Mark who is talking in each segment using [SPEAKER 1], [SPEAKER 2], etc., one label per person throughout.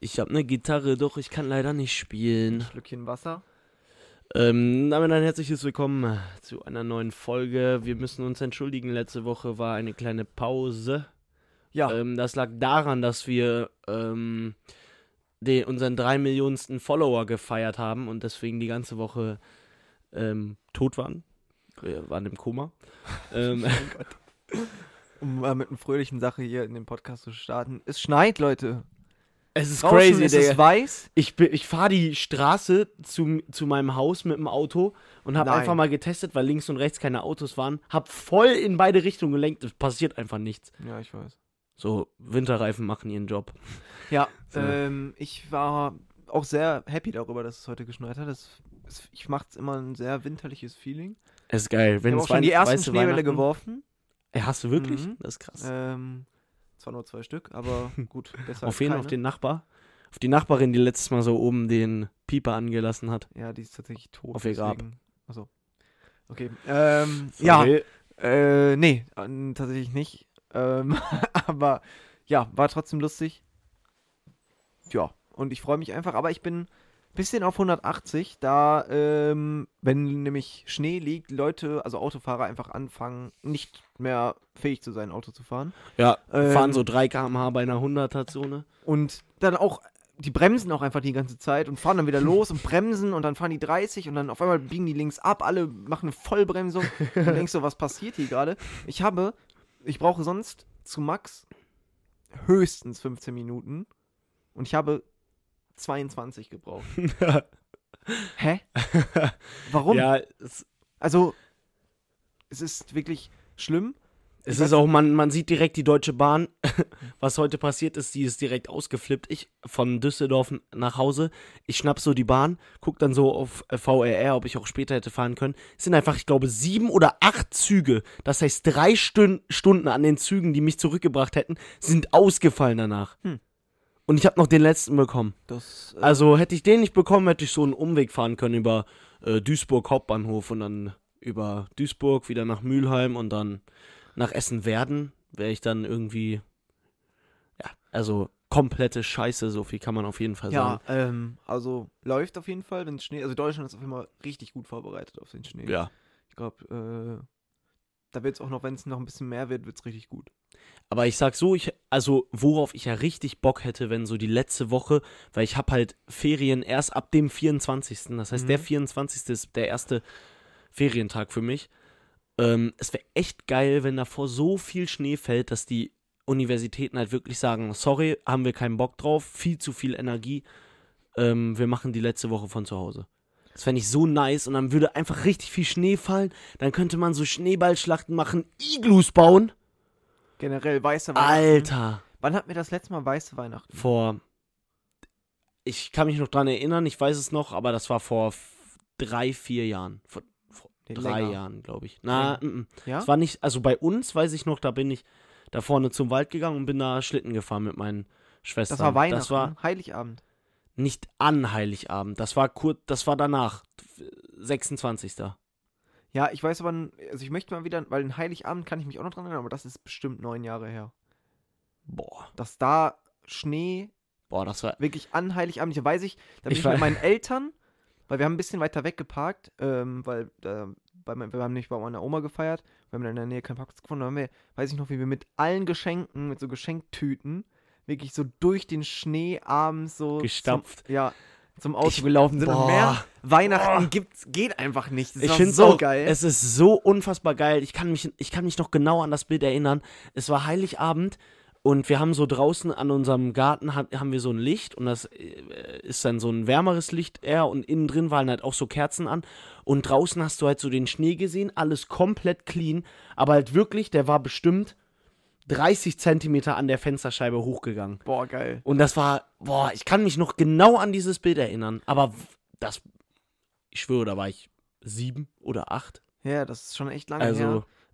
[SPEAKER 1] Ich habe eine Gitarre, doch ich kann leider nicht spielen.
[SPEAKER 2] Schlückchen Wasser.
[SPEAKER 1] Ähm, damit ein herzliches Willkommen zu einer neuen Folge. Wir müssen uns entschuldigen, letzte Woche war eine kleine Pause.
[SPEAKER 2] Ja.
[SPEAKER 1] Ähm, das lag daran, dass wir ähm, den, unseren drei Millionensten Follower gefeiert haben und deswegen die ganze Woche ähm, tot waren. Wir waren im Koma. ähm,
[SPEAKER 2] Um mal mit einer fröhlichen Sache hier in den Podcast zu starten. Es schneit, Leute.
[SPEAKER 1] es ist
[SPEAKER 2] Draußen
[SPEAKER 1] crazy,
[SPEAKER 2] ist
[SPEAKER 1] Digga.
[SPEAKER 2] es weiß.
[SPEAKER 1] Ich, bin- ich fahre die Straße zum, zu meinem Haus mit dem Auto und habe
[SPEAKER 2] Nein.
[SPEAKER 1] einfach mal getestet, weil links und rechts keine Autos waren. Hab voll in beide Richtungen gelenkt. Es passiert einfach nichts.
[SPEAKER 2] Ja, ich weiß.
[SPEAKER 1] So, Winterreifen machen ihren Job.
[SPEAKER 2] Ja,
[SPEAKER 1] So.
[SPEAKER 2] ähm, ich war auch sehr happy darüber, dass es heute geschneit hat. Das, es, ich macht's immer ein sehr winterliches Feeling.
[SPEAKER 1] Es ist geil.
[SPEAKER 2] Ich
[SPEAKER 1] Wenn
[SPEAKER 2] habe
[SPEAKER 1] es
[SPEAKER 2] auch schon die
[SPEAKER 1] Weihn-
[SPEAKER 2] ersten
[SPEAKER 1] weiße
[SPEAKER 2] Schneebälle
[SPEAKER 1] Weihnachten-
[SPEAKER 2] geworfen.
[SPEAKER 1] Ey, hast du wirklich?
[SPEAKER 2] Mhm.
[SPEAKER 1] Das ist krass.
[SPEAKER 2] Ähm, zwar nur zwei Stück, aber gut, besser
[SPEAKER 1] auf jeden
[SPEAKER 2] keine.
[SPEAKER 1] auf den Nachbar. Auf die Nachbarin, die letztes Mal so oben den Pieper angelassen hat.
[SPEAKER 2] Ja, die ist tatsächlich tot.
[SPEAKER 1] Auf ihr Grab.
[SPEAKER 2] deswegen- Achso. Okay. Ähm, ja,
[SPEAKER 1] Sorry.
[SPEAKER 2] Äh, nee, äh, tatsächlich nicht. Ähm, aber ja, war trotzdem lustig. Ja, und ich freue mich einfach, aber ich bin ein bisschen auf 180, da, ähm, wenn nämlich Schnee liegt, Leute, also Autofahrer einfach anfangen, nicht mehr fähig zu sein, Auto zu fahren.
[SPEAKER 1] Ja,
[SPEAKER 2] Ähm,
[SPEAKER 1] fahren so 3 km/h bei einer 100er-Zone.
[SPEAKER 2] Und dann auch, die bremsen auch einfach die ganze Zeit und fahren dann wieder los und bremsen und dann fahren die 30 und dann auf einmal biegen die links ab, alle machen eine Vollbremsung und denkst so, was passiert hier gerade? Ich habe, ich brauche sonst zu Max höchstens 15 Minuten und ich habe 22 gebraucht. Hä? Warum?
[SPEAKER 1] Ja, es,
[SPEAKER 2] Also, es ist wirklich schlimm.
[SPEAKER 1] Es
[SPEAKER 2] Ich weiß-
[SPEAKER 1] ist auch, man, man sieht direkt die Deutsche Bahn. Was heute passiert ist, die ist direkt ausgeflippt. Ich von Düsseldorf nach Hause. Ich schnapp so die Bahn, guck dann so auf äh, VRR, ob ich auch später hätte fahren können. Es sind einfach, ich glaube, sieben oder acht Züge. Das heißt, drei Stün Stunden an den Zügen, die mich zurückgebracht hätten, sind ausgefallen danach.
[SPEAKER 2] Hm.
[SPEAKER 1] Und ich habe noch den letzten bekommen.
[SPEAKER 2] Das, äh,
[SPEAKER 1] Also hätte ich den nicht bekommen, hätte ich so einen Umweg fahren können über äh, Duisburg Hauptbahnhof und dann über Duisburg wieder nach Mülheim und dann nach Essen-Werden wäre ich dann irgendwie, ja, also komplette Scheiße, so viel kann man auf jeden Fall
[SPEAKER 2] ja,
[SPEAKER 1] sagen.
[SPEAKER 2] ähm, also läuft auf jeden Fall, wenn es Schnee, also Deutschland ist auf jeden Fall richtig gut vorbereitet auf den Schnee.
[SPEAKER 1] Ja.
[SPEAKER 2] Ich glaube, äh, da wird es auch noch, wenn es noch ein bisschen mehr wird, wird es richtig gut.
[SPEAKER 1] Aber ich sag so, ich, also worauf ich ja richtig Bock hätte, wenn so die letzte Woche, weil ich hab halt Ferien erst ab dem 24. Das heißt, der
[SPEAKER 2] Mhm.
[SPEAKER 1] 24. ist der erste Ferientag für mich. Ähm, es wäre echt geil, wenn davor so viel Schnee fällt, dass die Universitäten halt wirklich sagen, sorry, haben wir keinen Bock drauf, viel zu viel Energie. Ähm, wir machen die letzte Woche von zu Hause. Das fände ich so nice und dann würde einfach richtig viel Schnee fallen. Dann könnte man so Schneeballschlachten machen, Iglus bauen.
[SPEAKER 2] Generell weiße Weihnachten.
[SPEAKER 1] Alter
[SPEAKER 2] Wann hatten wir das letzte Mal weiße Weihnachten?
[SPEAKER 1] vor. Ich kann mich noch dran erinnern, ich weiß es noch, aber das war vor f- drei, vier Jahren. Vor
[SPEAKER 2] Nee,
[SPEAKER 1] drei
[SPEAKER 2] länger.
[SPEAKER 1] Jahren, glaube ich. Na, mhm.
[SPEAKER 2] Ja?
[SPEAKER 1] es war nicht, also bei uns weiß ich noch, da bin ich da vorne zum Wald gegangen und bin da Schlitten gefahren mit meinen Schwestern.
[SPEAKER 2] das war Weihnachten, ne?
[SPEAKER 1] Das war
[SPEAKER 2] Heiligabend.
[SPEAKER 1] nicht an Heiligabend, das war kurz, das war danach, 26.
[SPEAKER 2] Ja, ich weiß aber, also ich möchte mal wieder, weil ein Heiligabend kann ich mich auch noch dran erinnern, aber das ist bestimmt neun Jahre her.
[SPEAKER 1] Boah,
[SPEAKER 2] Dass da Schnee
[SPEAKER 1] boah, das war,
[SPEAKER 2] wirklich an Heiligabend, hier weiß ich, da bin
[SPEAKER 1] Ich
[SPEAKER 2] ich, mit
[SPEAKER 1] wei-
[SPEAKER 2] meinen Eltern, weil wir haben ein bisschen weiter weg geparkt, ähm, weil äh, bei mein, wir haben nicht bei meiner Oma gefeiert, wir haben in der Nähe keinen Parkplatz gefunden, da haben wir, weiß ich noch, wie wir mit allen Geschenken, mit so Geschenktüten, wirklich so durch den Schnee abends so
[SPEAKER 1] Gestampft.
[SPEAKER 2] Zum, ja, zum Auto
[SPEAKER 1] Ich-
[SPEAKER 2] gelaufen sind und
[SPEAKER 1] boah.
[SPEAKER 2] mehr Weihnachten gibt's, geht einfach nicht. Das
[SPEAKER 1] Ich
[SPEAKER 2] war
[SPEAKER 1] finde
[SPEAKER 2] so
[SPEAKER 1] auch,
[SPEAKER 2] geil.
[SPEAKER 1] Es ist so unfassbar geil. Ich kann, mich, ich kann mich noch genau an das Bild erinnern. Es war Heiligabend und wir haben so draußen an unserem Garten ha- haben wir so ein Licht und das äh, ist dann so ein wärmeres Licht eher und innen drin waren halt auch so Kerzen an und draußen hast du halt so den Schnee gesehen, alles komplett clean, aber halt wirklich, der war bestimmt 30 Zentimeter an der Fensterscheibe hochgegangen.
[SPEAKER 2] Boah, geil.
[SPEAKER 1] Und das war, boah, ich kann mich noch genau an dieses Bild erinnern, aber w- das, ich schwöre, da war ich sieben oder acht.
[SPEAKER 2] Ja, das ist schon echt lange
[SPEAKER 1] Also,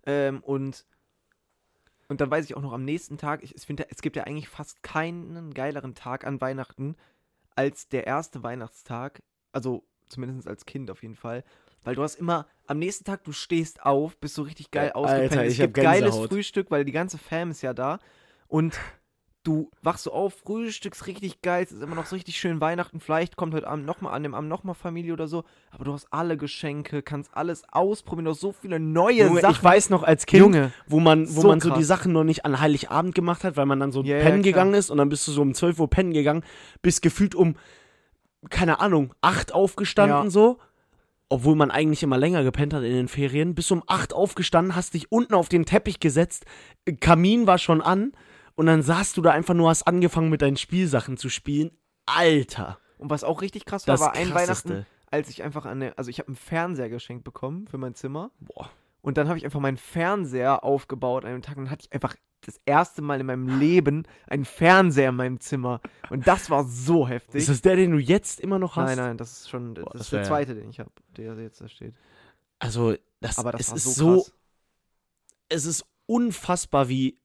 [SPEAKER 2] her. Ähm, und, und dann weiß ich auch noch am nächsten Tag, ich, ich finde, es gibt ja eigentlich fast keinen geileren Tag an Weihnachten als der erste Weihnachtstag. Also zumindest als Kind auf jeden Fall. Weil du hast immer, am nächsten Tag, du stehst auf, bist so richtig geil
[SPEAKER 1] Äh,
[SPEAKER 2] ausgepennt.
[SPEAKER 1] Alter,
[SPEAKER 2] es
[SPEAKER 1] ich hab
[SPEAKER 2] gibt geiles
[SPEAKER 1] Gänsehaut.
[SPEAKER 2] Frühstück, weil die ganze Fam ist ja da. Und Du wachst so auf, frühstückst richtig geil, es ist immer noch so richtig schön Weihnachten. Vielleicht kommt heute Abend nochmal an dem Abend nochmal Familie oder so. Aber du hast alle Geschenke, kannst alles ausprobieren, du hast so viele neue
[SPEAKER 1] Junge,
[SPEAKER 2] Sachen.
[SPEAKER 1] ich weiß noch als Kind,
[SPEAKER 2] Junge,
[SPEAKER 1] wo man, wo
[SPEAKER 2] so
[SPEAKER 1] man so
[SPEAKER 2] krass.
[SPEAKER 1] die Sachen noch nicht an Heiligabend gemacht hat, weil man dann so
[SPEAKER 2] Ja, ja,
[SPEAKER 1] pennen
[SPEAKER 2] klar.
[SPEAKER 1] gegangen ist und dann bist du so um 12 Uhr pennen gegangen, bist gefühlt um, keine Ahnung, 8 aufgestanden
[SPEAKER 2] Ja.
[SPEAKER 1] so, obwohl man eigentlich immer länger gepennt hat in den Ferien, bist um 8 aufgestanden, hast dich unten auf den Teppich gesetzt, äh, Kamin war schon an und dann saßt du da einfach nur, hast angefangen mit deinen Spielsachen zu spielen. Alter,
[SPEAKER 2] Und was auch richtig krass war,
[SPEAKER 1] das
[SPEAKER 2] war ein Weihnachten,
[SPEAKER 1] Krasseste.
[SPEAKER 2] als ich einfach an der, also ich habe einen Fernseher geschenkt bekommen für mein Zimmer.
[SPEAKER 1] Boah.
[SPEAKER 2] Und dann habe ich einfach meinen Fernseher aufgebaut an einem Tag und dann hatte ich einfach das erste Mal in meinem Leben einen Fernseher in meinem Zimmer. Und das war so heftig.
[SPEAKER 1] Ist das der, den du jetzt immer noch hast?
[SPEAKER 2] nein, nein, das ist schon das
[SPEAKER 1] Boah, das
[SPEAKER 2] ist der
[SPEAKER 1] wär-
[SPEAKER 2] zweite, den ich habe, der jetzt da steht.
[SPEAKER 1] Also, das,
[SPEAKER 2] Aber das
[SPEAKER 1] es
[SPEAKER 2] war
[SPEAKER 1] ist
[SPEAKER 2] so
[SPEAKER 1] so
[SPEAKER 2] krass.
[SPEAKER 1] es ist unfassbar, wie.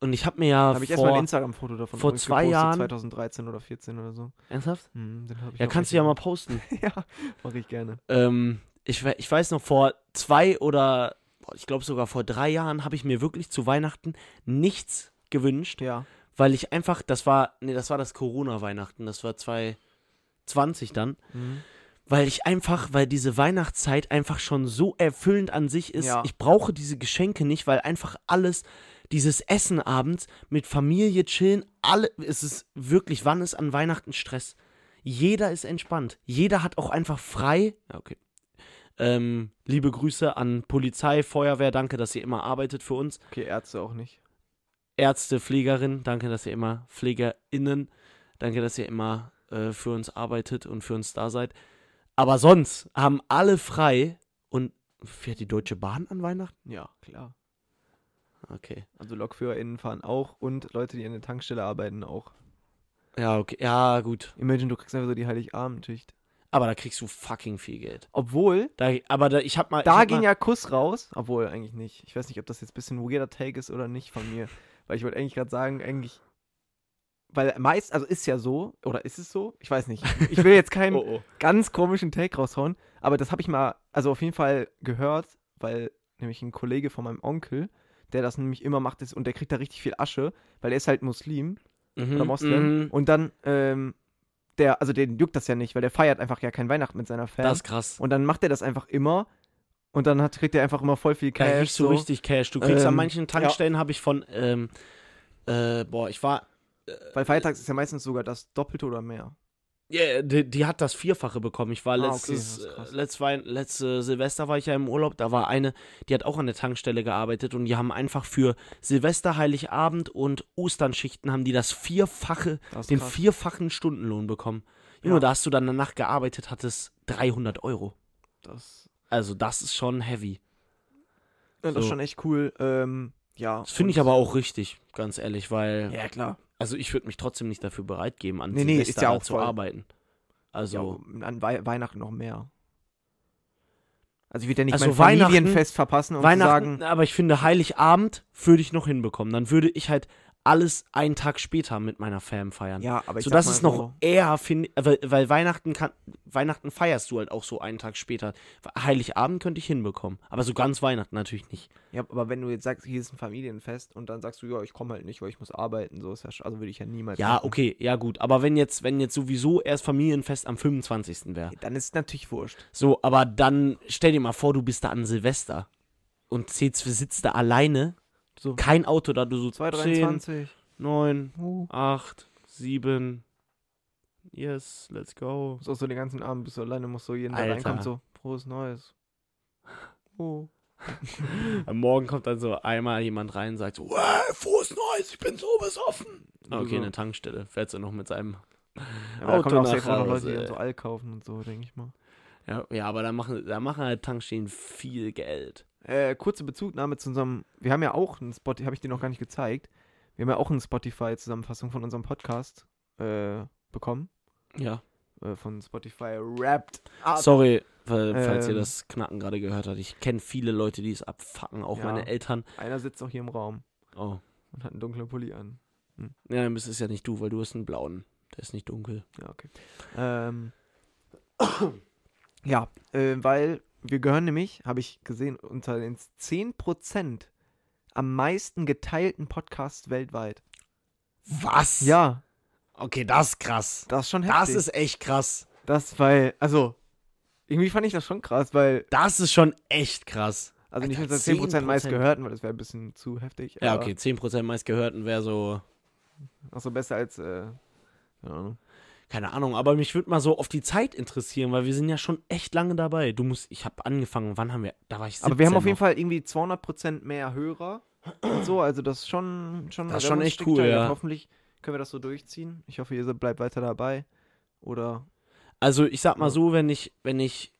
[SPEAKER 1] Und ich habe mir ja
[SPEAKER 2] habe ich erstmal ein
[SPEAKER 1] vor.
[SPEAKER 2] Instagram-Foto davon
[SPEAKER 1] vor
[SPEAKER 2] übrigens
[SPEAKER 1] zwei
[SPEAKER 2] gepostet,
[SPEAKER 1] Jahren-
[SPEAKER 2] 2013 oder 14 oder so.
[SPEAKER 1] Ernsthaft?
[SPEAKER 2] Hm, den hab ich
[SPEAKER 1] Ja,
[SPEAKER 2] auch
[SPEAKER 1] kannst du ja mal
[SPEAKER 2] richtig-
[SPEAKER 1] posten.
[SPEAKER 2] ja, mache ich gerne.
[SPEAKER 1] ähm, ich, we- ich weiß noch, vor zwei oder boah, ich glaube sogar vor drei Jahren habe ich mir wirklich zu Weihnachten nichts gewünscht,
[SPEAKER 2] Ja.
[SPEAKER 1] weil ich einfach, das war, nee, das war das Corona-Weihnachten, das war 2020 dann,
[SPEAKER 2] Mhm.
[SPEAKER 1] weil ich einfach, weil diese Weihnachtszeit einfach schon so erfüllend an sich ist.
[SPEAKER 2] Ja.
[SPEAKER 1] Ich brauche diese Geschenke nicht, weil einfach alles, dieses Essen abends mit Familie chillen, alle, es ist wirklich, wann ist an Weihnachten Stress? Jeder ist entspannt. Jeder hat auch einfach frei. Ja, okay. Ähm, liebe Grüße an Polizei, Feuerwehr, danke, dass ihr immer arbeitet für uns.
[SPEAKER 2] Okay, Ärzte auch nicht.
[SPEAKER 1] Ärzte, Pflegerin, danke, dass ihr immer PflegerInnen, danke, dass ihr immer äh, für uns arbeitet und für uns da seid. Aber sonst haben alle frei und fährt die Deutsche Bahn an Weihnachten?
[SPEAKER 2] Ja, klar.
[SPEAKER 1] Okay.
[SPEAKER 2] Also LokführerInnen fahren auch und Leute, die an der Tankstelle arbeiten auch.
[SPEAKER 1] Ja, okay. Ja, gut.
[SPEAKER 2] Imagine, du kriegst einfach so die Heiligabendschicht.
[SPEAKER 1] Aber da kriegst du fucking viel Geld.
[SPEAKER 2] Obwohl,
[SPEAKER 1] Da, aber da, ich hab mal. ich
[SPEAKER 2] Da
[SPEAKER 1] hab
[SPEAKER 2] ging
[SPEAKER 1] mal,
[SPEAKER 2] ja Kuss raus, obwohl eigentlich nicht. Ich weiß nicht, ob das jetzt ein bisschen weirder Take ist oder nicht von mir. Weil ich wollte eigentlich gerade sagen, eigentlich. Weil meist, also ist ja so, oder ist es so? Ich weiß nicht. Ich will jetzt keinen
[SPEAKER 1] Oh, oh.
[SPEAKER 2] ganz komischen Take raushauen, aber das habe ich mal, also auf jeden Fall gehört, weil nämlich ein Kollege von meinem Onkel, der das nämlich immer macht, ist und der kriegt da richtig viel Asche, weil er ist halt Muslim
[SPEAKER 1] Mhm,
[SPEAKER 2] oder Moslem.
[SPEAKER 1] mhm.
[SPEAKER 2] Und dann, ähm, der, also den juckt das ja nicht, weil der feiert einfach ja kein Weihnachten mit seiner Fans.
[SPEAKER 1] Das ist krass.
[SPEAKER 2] Und dann macht er das einfach immer. Und dann hat, kriegt er einfach immer voll viel
[SPEAKER 1] Da
[SPEAKER 2] Cash.
[SPEAKER 1] kriegst du
[SPEAKER 2] so.
[SPEAKER 1] richtig Cash. Du kriegst an
[SPEAKER 2] Ähm,
[SPEAKER 1] manchen Tankstellen, habe ich von. Ähm, äh, boah, ich war.
[SPEAKER 2] Weil
[SPEAKER 1] äh,
[SPEAKER 2] Freitags ist ja meistens sogar das Doppelte oder mehr.
[SPEAKER 1] Ja, die, die hat das Vierfache bekommen. Ich war
[SPEAKER 2] Ah, okay,
[SPEAKER 1] letztes,
[SPEAKER 2] das ist krass.
[SPEAKER 1] äh, letzt Wein, letzte Silvester war ich ja im Urlaub. Da war eine, die hat auch an der Tankstelle gearbeitet und die haben einfach für Silvester, Heiligabend und Osternschichten haben die das Vierfache,
[SPEAKER 2] Das ist
[SPEAKER 1] den
[SPEAKER 2] krass.
[SPEAKER 1] vierfachen Stundenlohn bekommen. Junge,
[SPEAKER 2] Ja.
[SPEAKER 1] da hast du dann danach gearbeitet, hattest 300 Euro.
[SPEAKER 2] Das,
[SPEAKER 1] Also das ist schon heavy.
[SPEAKER 2] ja, das
[SPEAKER 1] So.
[SPEAKER 2] ist schon echt cool. Ähm, ja.
[SPEAKER 1] Das finde ich
[SPEAKER 2] und-
[SPEAKER 1] aber auch richtig, ganz ehrlich, weil
[SPEAKER 2] Ja, klar.
[SPEAKER 1] also ich würde mich trotzdem nicht dafür bereit geben, an
[SPEAKER 2] Nee, nee,
[SPEAKER 1] Silvester
[SPEAKER 2] ist ja auch
[SPEAKER 1] zu
[SPEAKER 2] voll.
[SPEAKER 1] arbeiten. Also
[SPEAKER 2] Ja, an Wei Weihnachten noch mehr. Also ich würde ja nicht
[SPEAKER 1] Also
[SPEAKER 2] mein
[SPEAKER 1] Weihnachten-
[SPEAKER 2] Familienfest verpassen und
[SPEAKER 1] Weihnachten,
[SPEAKER 2] sagen,
[SPEAKER 1] aber ich finde, Heiligabend würde ich noch hinbekommen. Dann würde ich halt alles einen Tag später mit meiner Fam feiern.
[SPEAKER 2] ja, aber ich
[SPEAKER 1] so,
[SPEAKER 2] sag
[SPEAKER 1] das
[SPEAKER 2] mal
[SPEAKER 1] ist noch
[SPEAKER 2] so,
[SPEAKER 1] eher, find, weil, weil Weihnachten kann, Weihnachten feierst du halt auch so einen Tag später. Heiligabend könnte ich hinbekommen. Aber so ganz Weihnachten natürlich nicht.
[SPEAKER 2] Ja, aber wenn du jetzt sagst, hier ist ein Familienfest und dann sagst du, ja, ich komme halt nicht, weil ich muss arbeiten, so ist ja, sch- also würde ich ja niemals.
[SPEAKER 1] Ja,
[SPEAKER 2] machen.
[SPEAKER 1] okay, ja gut. Aber wenn jetzt, wenn jetzt sowieso erst Familienfest am 25. wäre.
[SPEAKER 2] Dann ist es natürlich wurscht.
[SPEAKER 1] So, aber dann stell dir mal vor, du bist da an Silvester und sitzt, sitzt da alleine.
[SPEAKER 2] So.
[SPEAKER 1] Kein Auto da, du so 10,
[SPEAKER 2] 2,23.
[SPEAKER 1] 9,
[SPEAKER 2] Uh.
[SPEAKER 1] acht, sieben. Yes, let's go.
[SPEAKER 2] Muss auch so den ganzen Abend, bis du alleine musst, so jeden, der
[SPEAKER 1] Alter.
[SPEAKER 2] reinkommt, so, frohes Neues. Oh.
[SPEAKER 1] Am Morgen kommt dann so einmal jemand rein und sagt so, "Wow, frohes Neues, ich bin so besoffen. Okay,
[SPEAKER 2] so.
[SPEAKER 1] eine Tankstelle. Fährt sie noch mit seinem.
[SPEAKER 2] Aber da
[SPEAKER 1] Auto
[SPEAKER 2] kommen auch safe
[SPEAKER 1] nach
[SPEAKER 2] auch noch Leute, die
[SPEAKER 1] Hause.
[SPEAKER 2] dann so All kaufen und so, denke ich mal.
[SPEAKER 1] Ja, ja aber da machen, da machen halt Tankstellen viel Geld.
[SPEAKER 2] Äh, kurze Bezugnahme zu unserem, wir haben ja auch einen Spotify, habe ich dir noch gar nicht gezeigt, wir haben ja auch eine Spotify-Zusammenfassung von unserem Podcast äh, bekommen,
[SPEAKER 1] Ja.
[SPEAKER 2] äh, von Spotify Wrapped. Up.
[SPEAKER 1] Sorry, weil, falls ihr
[SPEAKER 2] Ähm.
[SPEAKER 1] das Knacken gerade gehört habt. Ich kenne viele Leute, die es abfacken, auch
[SPEAKER 2] Ja.
[SPEAKER 1] meine Eltern.
[SPEAKER 2] Einer sitzt auch hier im Raum
[SPEAKER 1] Oh.
[SPEAKER 2] und hat einen dunklen Pulli an.
[SPEAKER 1] Ja, das ist ja nicht du, weil du hast einen blauen. Der ist nicht dunkel.
[SPEAKER 2] Ja, okay. Ähm, ja, äh, weil wir gehören nämlich, habe ich gesehen, unter den 10% am meisten geteilten Podcasts weltweit.
[SPEAKER 1] Was?
[SPEAKER 2] Ja,
[SPEAKER 1] Okay, das ist krass.
[SPEAKER 2] das ist schon heftig.
[SPEAKER 1] Das ist echt krass.
[SPEAKER 2] Das, weil, also, irgendwie fand ich das schon krass, weil,
[SPEAKER 1] Das ist schon echt krass.
[SPEAKER 2] also nicht
[SPEAKER 1] Alter,
[SPEAKER 2] unter 10%, 10 meist
[SPEAKER 1] 10%.
[SPEAKER 2] gehörten, weil das wäre ein bisschen zu heftig.
[SPEAKER 1] Ja,
[SPEAKER 2] aber
[SPEAKER 1] okay, 10% meistgehörten wäre so,
[SPEAKER 2] Auch so besser als, äh, keine Ahnung.
[SPEAKER 1] keine Ahnung, aber mich würde mal so auf die Zeit interessieren, weil wir sind ja schon echt lange dabei. Du musst, ich habe angefangen, wann haben wir, da war ich 17
[SPEAKER 2] Aber wir haben auf jeden
[SPEAKER 1] noch.
[SPEAKER 2] Fall irgendwie 200% mehr Hörer und so, also das ist schon, schon,
[SPEAKER 1] Das ist
[SPEAKER 2] wir
[SPEAKER 1] schon
[SPEAKER 2] haben uns
[SPEAKER 1] echt
[SPEAKER 2] Stück
[SPEAKER 1] cool,
[SPEAKER 2] gesteigert.
[SPEAKER 1] ja.
[SPEAKER 2] Hoffentlich können wir das so durchziehen. Ich hoffe, ihr bleibt weiter dabei. Oder,
[SPEAKER 1] Also ich sag mal
[SPEAKER 2] Ja.
[SPEAKER 1] so, wenn ich, wenn ich,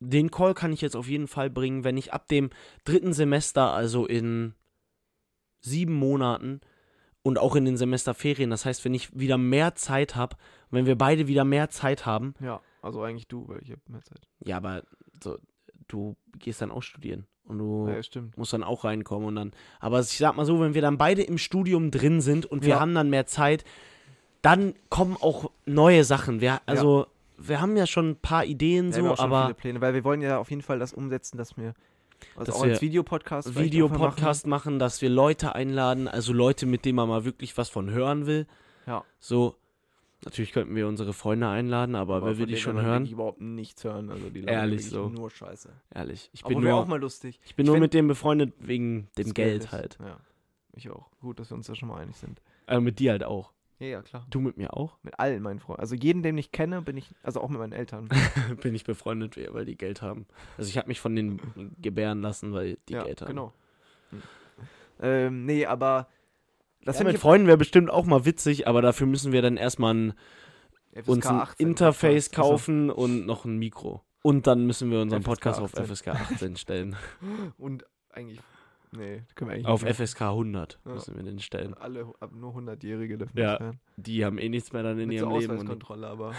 [SPEAKER 1] den Call kann ich jetzt auf jeden Fall bringen, wenn ich ab dem dritten Semester, also in sieben Monaten und auch in den Semesterferien, das heißt, wenn ich wieder mehr Zeit habe, wenn wir beide wieder mehr Zeit haben,
[SPEAKER 2] ja, also eigentlich du, weil ich habe mehr Zeit.
[SPEAKER 1] ja, aber so, du gehst dann auch studieren und du
[SPEAKER 2] Ja, stimmt.
[SPEAKER 1] muss dann auch reinkommen und dann. Aber ich sag mal so, wenn wir dann beide im Studium drin sind und wir
[SPEAKER 2] Ja.
[SPEAKER 1] haben dann mehr Zeit, dann kommen auch neue Sachen. Wir, also wir haben ja schon ein paar Ideen
[SPEAKER 2] ja, wir haben
[SPEAKER 1] so,
[SPEAKER 2] auch schon viele
[SPEAKER 1] aber
[SPEAKER 2] Pläne, weil wir wollen ja auf jeden Fall das umsetzen, dass wir, also
[SPEAKER 1] Dass
[SPEAKER 2] auch
[SPEAKER 1] wir
[SPEAKER 2] als Videopodcast vielleicht auch mal machen.
[SPEAKER 1] Videopodcast machen, dass wir Leute einladen, also Leute, mit denen man mal wirklich was von hören will.
[SPEAKER 2] Ja.
[SPEAKER 1] So, natürlich könnten wir unsere Freunde einladen, aber,
[SPEAKER 2] Aber
[SPEAKER 1] wer
[SPEAKER 2] von
[SPEAKER 1] will die
[SPEAKER 2] denen
[SPEAKER 1] schon
[SPEAKER 2] kann man
[SPEAKER 1] hören?
[SPEAKER 2] wirklich überhaupt nichts hören. Also die labern
[SPEAKER 1] Ehrlich
[SPEAKER 2] wirklich
[SPEAKER 1] so.
[SPEAKER 2] Nur Scheiße.
[SPEAKER 1] Ehrlich, ich bin
[SPEAKER 2] Aber wäre auch
[SPEAKER 1] nur,
[SPEAKER 2] mal lustig.
[SPEAKER 1] ich bin
[SPEAKER 2] ich
[SPEAKER 1] nur
[SPEAKER 2] find-
[SPEAKER 1] mit dem befreundet wegen dem
[SPEAKER 2] Das
[SPEAKER 1] Geld
[SPEAKER 2] ist-
[SPEAKER 1] halt.
[SPEAKER 2] Ja. Ich auch. Gut, dass wir uns da schon mal einig sind.
[SPEAKER 1] Äh, mit dir halt auch.
[SPEAKER 2] Ja, ja, klar.
[SPEAKER 1] Du mit mir auch?
[SPEAKER 2] Mit allen meinen Freunden. Also jeden, den ich kenne, bin ich, also auch mit meinen Eltern.
[SPEAKER 1] bin ich befreundet, weil die Geld haben. Also ich habe mich von denen gebären lassen, weil die
[SPEAKER 2] ja,
[SPEAKER 1] Geld haben.
[SPEAKER 2] genau. Hm. Ähm, nee, aber
[SPEAKER 1] Das
[SPEAKER 2] das
[SPEAKER 1] ja,
[SPEAKER 2] find
[SPEAKER 1] mit Freunden wäre bestimmt auch mal witzig, aber dafür müssen wir dann erstmal ein,
[SPEAKER 2] FSK
[SPEAKER 1] uns ein
[SPEAKER 2] 18
[SPEAKER 1] Interface
[SPEAKER 2] Podcast. Also,
[SPEAKER 1] kaufen und noch ein Mikro. Und dann müssen wir unseren
[SPEAKER 2] FSK
[SPEAKER 1] Podcast auf
[SPEAKER 2] 18.
[SPEAKER 1] FSK 18 stellen.
[SPEAKER 2] Und eigentlich, nee, können wir eigentlich
[SPEAKER 1] auf
[SPEAKER 2] nicht
[SPEAKER 1] FSK 100
[SPEAKER 2] Ja.
[SPEAKER 1] müssen wir den stellen.
[SPEAKER 2] machen. Alle ab nur 100-Jährige dürfen
[SPEAKER 1] Ja,
[SPEAKER 2] das hören.
[SPEAKER 1] Die haben eh nichts mehr dann in
[SPEAKER 2] Mit
[SPEAKER 1] ihrem
[SPEAKER 2] so
[SPEAKER 1] Leben. Und
[SPEAKER 2] Ausweiskontrolle, aber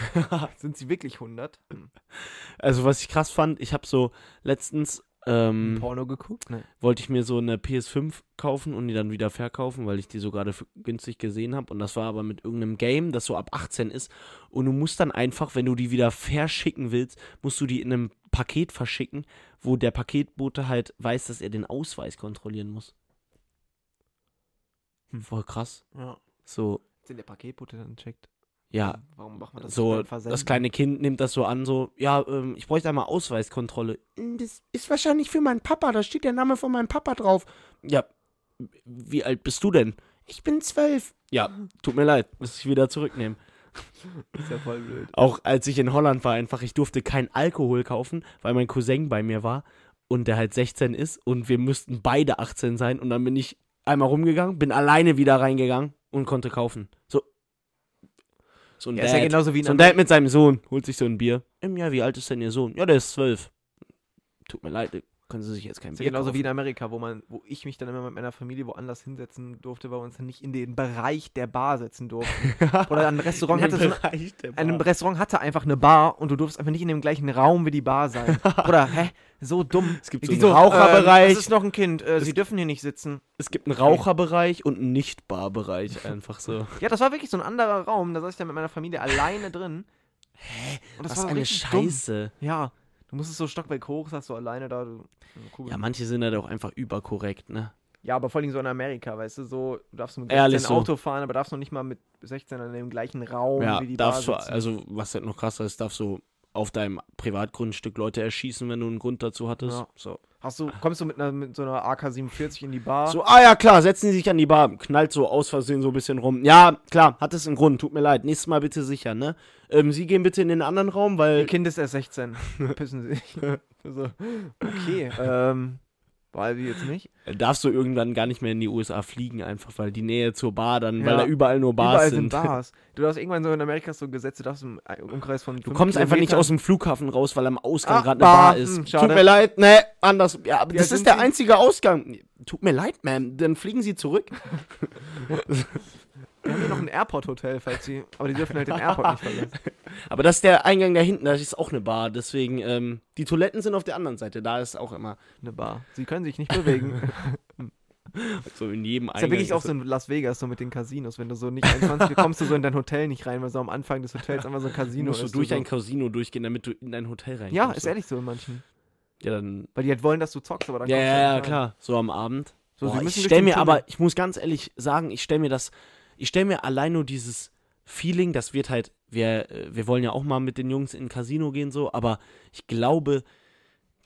[SPEAKER 2] sind sie wirklich 100? Hm.
[SPEAKER 1] also was ich krass fand, ich habe so letztens ähm,
[SPEAKER 2] Porno geguckt? Hm. Nee.
[SPEAKER 1] wollte ich mir so eine PS5 kaufen und die dann wieder verkaufen, weil ich die so gerade für günstig gesehen habe. Und das war aber mit irgendeinem Game, das so ab 18 ist. Und du musst dann einfach, wenn du die wieder verschicken willst, musst du die in einem Paket verschicken, wo der Paketbote halt weiß, dass er den Ausweis kontrollieren muss.
[SPEAKER 2] Hm.
[SPEAKER 1] Voll krass.
[SPEAKER 2] Ja.
[SPEAKER 1] So,
[SPEAKER 2] Sind der Paketbote dann checkt?
[SPEAKER 1] ja,
[SPEAKER 2] Warum macht man das
[SPEAKER 1] so
[SPEAKER 2] nicht beim Versenden?
[SPEAKER 1] das kleine Kind nimmt das so an, so, ja, ähm, ich bräuchte einmal Ausweiskontrolle. "Mm, Das ist wahrscheinlich für meinen Papa, da steht der Name von meinem Papa drauf. Ja, wie alt bist du denn? Ich bin zwölf. Ja, tut mir leid, muss ich wieder zurücknehmen.
[SPEAKER 2] Ist ja voll blöd.
[SPEAKER 1] Auch als ich in Holland war, einfach, ich durfte keinen Alkohol kaufen, weil mein Cousin bei mir war und der halt 16 ist und wir müssten beide 18 sein und dann bin ich einmal rumgegangen, bin alleine wieder reingegangen und konnte kaufen. So. So ein
[SPEAKER 2] Ja, ist ja
[SPEAKER 1] Dad.
[SPEAKER 2] genauso wie in
[SPEAKER 1] So ein Dad mit seinem Sohn holt sich so ein Bier. Ähm, ja, wie alt ist denn Ihr Sohn? Ja, der ist zwölf. Tut mir leid, können Sie sich jetzt kein
[SPEAKER 2] Ist ja
[SPEAKER 1] Bier
[SPEAKER 2] genauso
[SPEAKER 1] kaufen.
[SPEAKER 2] wie in Amerika, wo man, wo ich mich dann immer mit meiner Familie woanders hinsetzen durfte, weil wir uns dann nicht in den Bereich der Bar setzen durften. Oder ein Restaurant hatte so ein, ein Restaurant hatte einfach eine Bar und du durfst einfach nicht in dem gleichen Raum wie die Bar sein. Oder hä? So dumm.
[SPEAKER 1] Es gibt
[SPEAKER 2] Die
[SPEAKER 1] so einen Raucherbereich.
[SPEAKER 2] Ähm, das ist noch ein Kind. Äh,
[SPEAKER 1] Es-
[SPEAKER 2] sie dürfen hier nicht sitzen.
[SPEAKER 1] es gibt einen Raucherbereich und einen Nicht-Bar-Bereich einfach so.
[SPEAKER 2] Ja, das war wirklich so ein anderer Raum. Da saß ich dann mit meiner Familie alleine drin. Hä? Und das
[SPEAKER 1] Was
[SPEAKER 2] war
[SPEAKER 1] eine
[SPEAKER 2] richtig dumm.
[SPEAKER 1] Scheiße.
[SPEAKER 2] Ja. Du musstest so Stockwerk hoch, saß so alleine da. Du, Kugel.
[SPEAKER 1] Ja, manche sind halt auch einfach überkorrekt, ne?
[SPEAKER 2] Ja, aber vor allem so in Amerika, weißt du, so, du darfst mit 16
[SPEAKER 1] Ehrlich so.
[SPEAKER 2] Auto fahren, aber darfst noch nicht mal mit 16 in dem gleichen Raum
[SPEAKER 1] ja,
[SPEAKER 2] wie die
[SPEAKER 1] darfst du,
[SPEAKER 2] Bar sitzen.
[SPEAKER 1] also was halt noch krasser ist, darfst du auf deinem Privatgrundstück Leute erschießen, wenn du einen Grund dazu hattest.
[SPEAKER 2] Ja.
[SPEAKER 1] So.
[SPEAKER 2] Hast du, kommst du mit, einer, mit so einer AK-47 in die Bar?
[SPEAKER 1] So, ah ja, klar, setzen Sie sich an die Bar. Knallt so aus Versehen so ein bisschen rum. Ja, klar, hat es einen Grund, tut mir leid. Nächstes Mal bitte sicher, ne? Ähm, Sie gehen bitte in den anderen Raum,
[SPEAKER 2] Ihr
[SPEAKER 1] weil.
[SPEAKER 2] Kind ist erst 16. Pissen Sie sich. so, okay, ähm, weil wir jetzt nicht.
[SPEAKER 1] Äh, Darfst du irgendwann gar nicht mehr in die USA fliegen, einfach, weil die Nähe zur Bar dann,
[SPEAKER 2] Ja.
[SPEAKER 1] weil da überall nur Bars
[SPEAKER 2] Überall
[SPEAKER 1] sind.
[SPEAKER 2] sind Bars. Du darfst irgendwann so in Amerika so Gesetze, du darfst im Umkreis von
[SPEAKER 1] Du kommst einfach nicht aus dem Flughafen raus, weil am Ausgang
[SPEAKER 2] Ah,
[SPEAKER 1] gerade eine
[SPEAKER 2] Bar,
[SPEAKER 1] Bar ist.
[SPEAKER 2] hm, schade.
[SPEAKER 1] Tut mir leid, ne, anders. Ja, aber
[SPEAKER 2] Ja,
[SPEAKER 1] das ist
[SPEAKER 2] sind
[SPEAKER 1] der
[SPEAKER 2] Sie-
[SPEAKER 1] einzige Ausgang. Tut mir leid, Ma'am, dann fliegen Sie zurück.
[SPEAKER 2] Wir haben hier noch ein Airport-Hotel, falls sie, aber die dürfen halt den Airport nicht verlassen.
[SPEAKER 1] Aber das ist der Eingang da hinten, da ist auch eine Bar. Deswegen, ähm, die Toiletten sind auf der anderen Seite. Da ist auch immer
[SPEAKER 2] Eine Bar. Sie können sich nicht bewegen.
[SPEAKER 1] so also in jedem
[SPEAKER 2] Ist ja
[SPEAKER 1] Eingang.
[SPEAKER 2] wirklich auch
[SPEAKER 1] ist
[SPEAKER 2] so in Las Vegas, so mit den Casinos. Wenn du so nicht 21 kommst du so in dein Hotel nicht rein, weil so am Anfang des Hotels einfach so ein Casino
[SPEAKER 1] musst du
[SPEAKER 2] ist.
[SPEAKER 1] durch
[SPEAKER 2] so.
[SPEAKER 1] ein Casino durchgehen, damit du in dein Hotel reinkommst.
[SPEAKER 2] ja, ist
[SPEAKER 1] so.
[SPEAKER 2] ehrlich so in manchen.
[SPEAKER 1] Ja, dann.
[SPEAKER 2] Weil die halt wollen, dass du zockst, aber dann
[SPEAKER 1] Ja,
[SPEAKER 2] kommst du
[SPEAKER 1] ja,
[SPEAKER 2] halt
[SPEAKER 1] ja,
[SPEAKER 2] nicht rein.
[SPEAKER 1] klar. So am Abend.
[SPEAKER 2] So, sie
[SPEAKER 1] Boah,
[SPEAKER 2] müssen
[SPEAKER 1] ich
[SPEAKER 2] durch
[SPEAKER 1] stell
[SPEAKER 2] den
[SPEAKER 1] mir
[SPEAKER 2] Tunnel.
[SPEAKER 1] aber, ich muss ganz ehrlich sagen, ich stell mir das ich stelle mir allein nur dieses Feeling, das wird halt, wir, äh, wir wollen ja auch mal mit den Jungs in ein Casino gehen, so, aber ich glaube,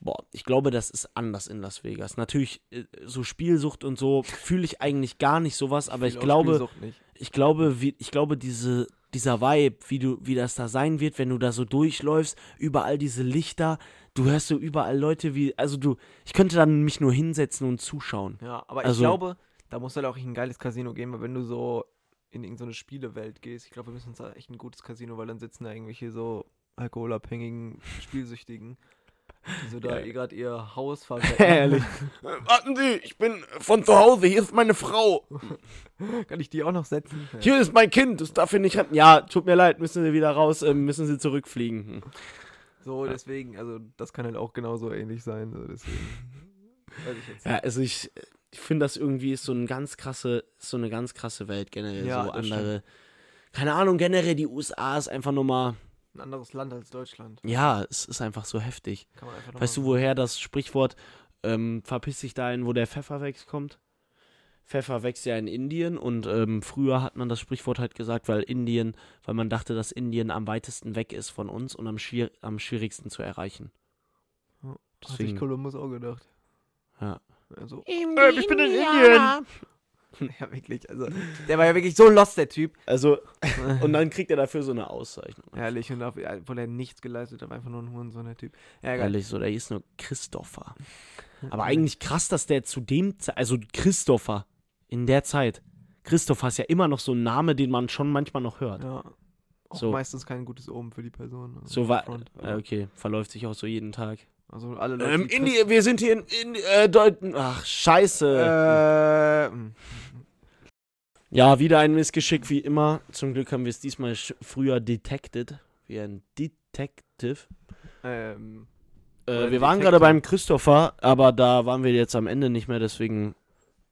[SPEAKER 1] boah, ich glaube, das ist anders in Las Vegas. Natürlich, äh, so Spielsucht und so fühle ich eigentlich gar nicht sowas, aber ich
[SPEAKER 2] Auch
[SPEAKER 1] glaube,
[SPEAKER 2] Spielsucht nicht.
[SPEAKER 1] ich glaube, wie, ich glaube, diese, dieser Vibe, wie du, wie das da sein wird, wenn du da so durchläufst, überall diese Lichter, du hörst so überall Leute wie, also du, ich könnte dann mich nur hinsetzen und zuschauen.
[SPEAKER 2] Ja, aber ich
[SPEAKER 1] Also-
[SPEAKER 2] glaube, da muss halt auch echt ein geiles Casino gehen, weil wenn du so in irgendeine Spielewelt gehst, ich glaube, wir müssen uns da echt ein gutes Casino, weil dann sitzen da irgendwelche so alkoholabhängigen Spielsüchtigen, die so da
[SPEAKER 1] Ja.
[SPEAKER 2] eh gerade ihr Haus verkaufen.
[SPEAKER 1] Ehrlich. warten Sie, ich bin von zu Hause, hier ist meine Frau,
[SPEAKER 2] Kann ich die auch noch setzen?
[SPEAKER 1] hier ist mein Kind, das darf ich nicht retten. Ja, tut mir leid, müssen Sie wieder raus, ähm, müssen Sie zurückfliegen.
[SPEAKER 2] So, deswegen, also das kann halt auch genauso ähnlich sein. So, deswegen. Weiß ich jetzt.
[SPEAKER 1] Ja, also ich, ich finde das irgendwie ist so eine ganz krasse, ist so eine ganz krasse Welt generell.
[SPEAKER 2] Ja,
[SPEAKER 1] so
[SPEAKER 2] das
[SPEAKER 1] andere. Keine Ahnung, generell die USA ist einfach nochmal,
[SPEAKER 2] Ein anderes Land als Deutschland.
[SPEAKER 1] ja, es ist einfach so heftig.
[SPEAKER 2] Kann man einfach noch
[SPEAKER 1] Weißt
[SPEAKER 2] mal-
[SPEAKER 1] du, woher das Sprichwort ähm, verpiss dich dahin, wo der Pfeffer wächst, kommt? Pfeffer wächst ja in Indien und ähm, früher hat man das Sprichwort halt gesagt, weil Indien, weil man dachte, dass Indien am weitesten weg ist von uns und am, schwier am schwierigsten zu erreichen.
[SPEAKER 2] Ja, Hat sich
[SPEAKER 1] Deswegen,
[SPEAKER 2] Kolumbus auch gedacht.
[SPEAKER 1] Ja.
[SPEAKER 2] Also,
[SPEAKER 1] Äh, ich bin in Indien.
[SPEAKER 2] ja, wirklich. Also, der war ja wirklich so lost, der Typ.
[SPEAKER 1] Also, und dann kriegt er dafür so eine Auszeichnung.
[SPEAKER 2] Herrlich, und auf, obwohl er nichts geleistet hat, war einfach nur ein Hurensohn, der Typ. Ja, egal.
[SPEAKER 1] Ehrlich, so, der hieß nur Christopher. Aber eigentlich krass, dass der zu dem Zeit, also Christopher in der Zeit. Christopher ist ja immer noch so ein Name, den man schon manchmal noch hört.
[SPEAKER 2] Ja. Auch
[SPEAKER 1] So.
[SPEAKER 2] meistens kein gutes Omen für die Person. also
[SPEAKER 1] So war,
[SPEAKER 2] Front,
[SPEAKER 1] äh,
[SPEAKER 2] aber-
[SPEAKER 1] okay, verläuft sich auch so jeden Tag.
[SPEAKER 2] Also alle Leute.
[SPEAKER 1] Ähm,
[SPEAKER 2] die
[SPEAKER 1] Indien, wir sind hier in, in äh, Deuten. Ach,
[SPEAKER 2] Christ-
[SPEAKER 1] scheiße.
[SPEAKER 2] Äh, mh.
[SPEAKER 1] Ja, wieder ein Missgeschick wie immer. Zum Glück haben wir es diesmal sch- früher detected. Wie ein Detective.
[SPEAKER 2] ähm,
[SPEAKER 1] Äh,
[SPEAKER 2] Oder
[SPEAKER 1] wir waren
[SPEAKER 2] Detector.
[SPEAKER 1] gerade beim Christopher, aber da waren wir jetzt am Ende nicht mehr, deswegen,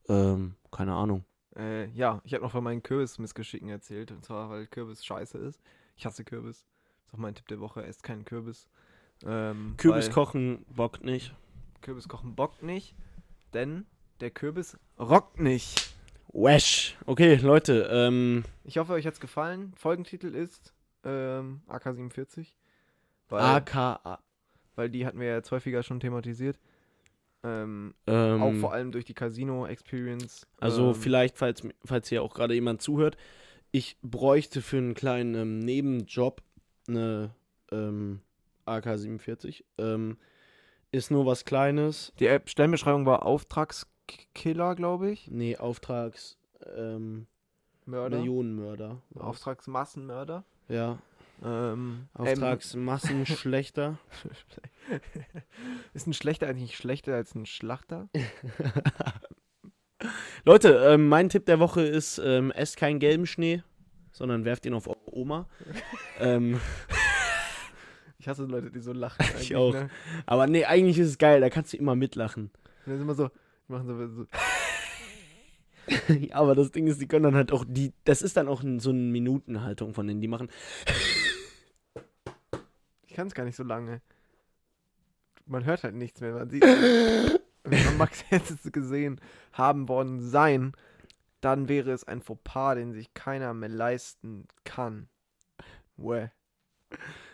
[SPEAKER 1] ähm, keine Ahnung.
[SPEAKER 2] äh, ja, ich habe noch von meinen Kürbis-Missgeschicken erzählt. Und zwar, weil Kürbis scheiße ist. Ich hasse Kürbis. Das ist auch mein Tipp der Woche. Esst keinen Kürbis. Ähm,
[SPEAKER 1] Kürbis
[SPEAKER 2] weil-
[SPEAKER 1] kochen bockt nicht.
[SPEAKER 2] Kürbiskochen bockt nicht, denn der Kürbis rockt nicht.
[SPEAKER 1] Wesh. Okay, Leute, ähm,
[SPEAKER 2] Ich hoffe, euch hat's gefallen. Folgentitel ist ähm, AK47. Weil,
[SPEAKER 1] AKA.
[SPEAKER 2] weil die hatten wir ja jetzt häufiger schon thematisiert. Ähm,
[SPEAKER 1] Ähm,
[SPEAKER 2] auch vor allem durch die Casino-Experience.
[SPEAKER 1] Also
[SPEAKER 2] ähm,
[SPEAKER 1] vielleicht, falls, falls hier auch gerade jemand zuhört, ich bräuchte für einen kleinen ähm, Nebenjob eine ähm, AK-47. Ähm, ist nur was Kleines.
[SPEAKER 2] Die App Stellenbeschreibung war Auftragskiller, glaube ich.
[SPEAKER 1] Nee, Auftrags... Ähm,
[SPEAKER 2] Mörder.
[SPEAKER 1] Millionenmörder.
[SPEAKER 2] Auftragsmassenmörder.
[SPEAKER 1] Ja,
[SPEAKER 2] Ähm,
[SPEAKER 1] Auftragsmassenschlechter.
[SPEAKER 2] Ähm, ist ein Schlechter eigentlich schlechter als ein Schlachter?
[SPEAKER 1] Leute, ähm, mein Tipp der Woche ist, ähm, esst keinen gelben Schnee, sondern werft ihn auf eure Oma. ähm,
[SPEAKER 2] Ich hasse Leute, die so lachen. eigentlich,
[SPEAKER 1] auch.
[SPEAKER 2] Ne?
[SPEAKER 1] aber nee, eigentlich ist es geil, da kannst du immer mitlachen.
[SPEAKER 2] Und dann sind wir so, die machen so, so
[SPEAKER 1] Ja, aber das Ding ist, die können dann halt auch die, das ist dann auch ein, so eine Minutenhaltung von denen, die machen.
[SPEAKER 2] ich kann es gar nicht so lange. Man hört halt nichts mehr, man sieht. Wenn man Max jetzt gesehen haben worden sein, dann wäre es ein Fauxpas, den sich keiner mehr leisten kann. Wäh.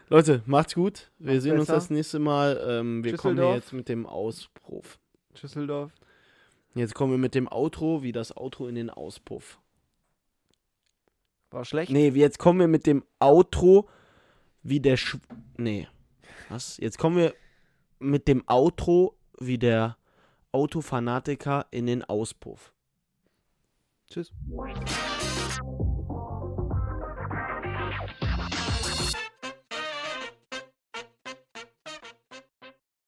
[SPEAKER 1] Leute, macht's gut. Wir
[SPEAKER 2] Macht's
[SPEAKER 1] sehen uns
[SPEAKER 2] besser.
[SPEAKER 1] das nächste Mal. Ähm, wir kommen hier
[SPEAKER 2] Tschüsseldorf.
[SPEAKER 1] jetzt mit dem Auspuff.
[SPEAKER 2] Schüsseldorf.
[SPEAKER 1] Jetzt kommen wir mit dem Outro, wie das Outro in den Auspuff.
[SPEAKER 2] War schlecht.
[SPEAKER 1] Nee, jetzt kommen wir mit dem Outro, wie der Sch Nee. Was? Jetzt kommen wir mit dem Outro, wie der Autofanatiker in den Auspuff.
[SPEAKER 2] Tschüss.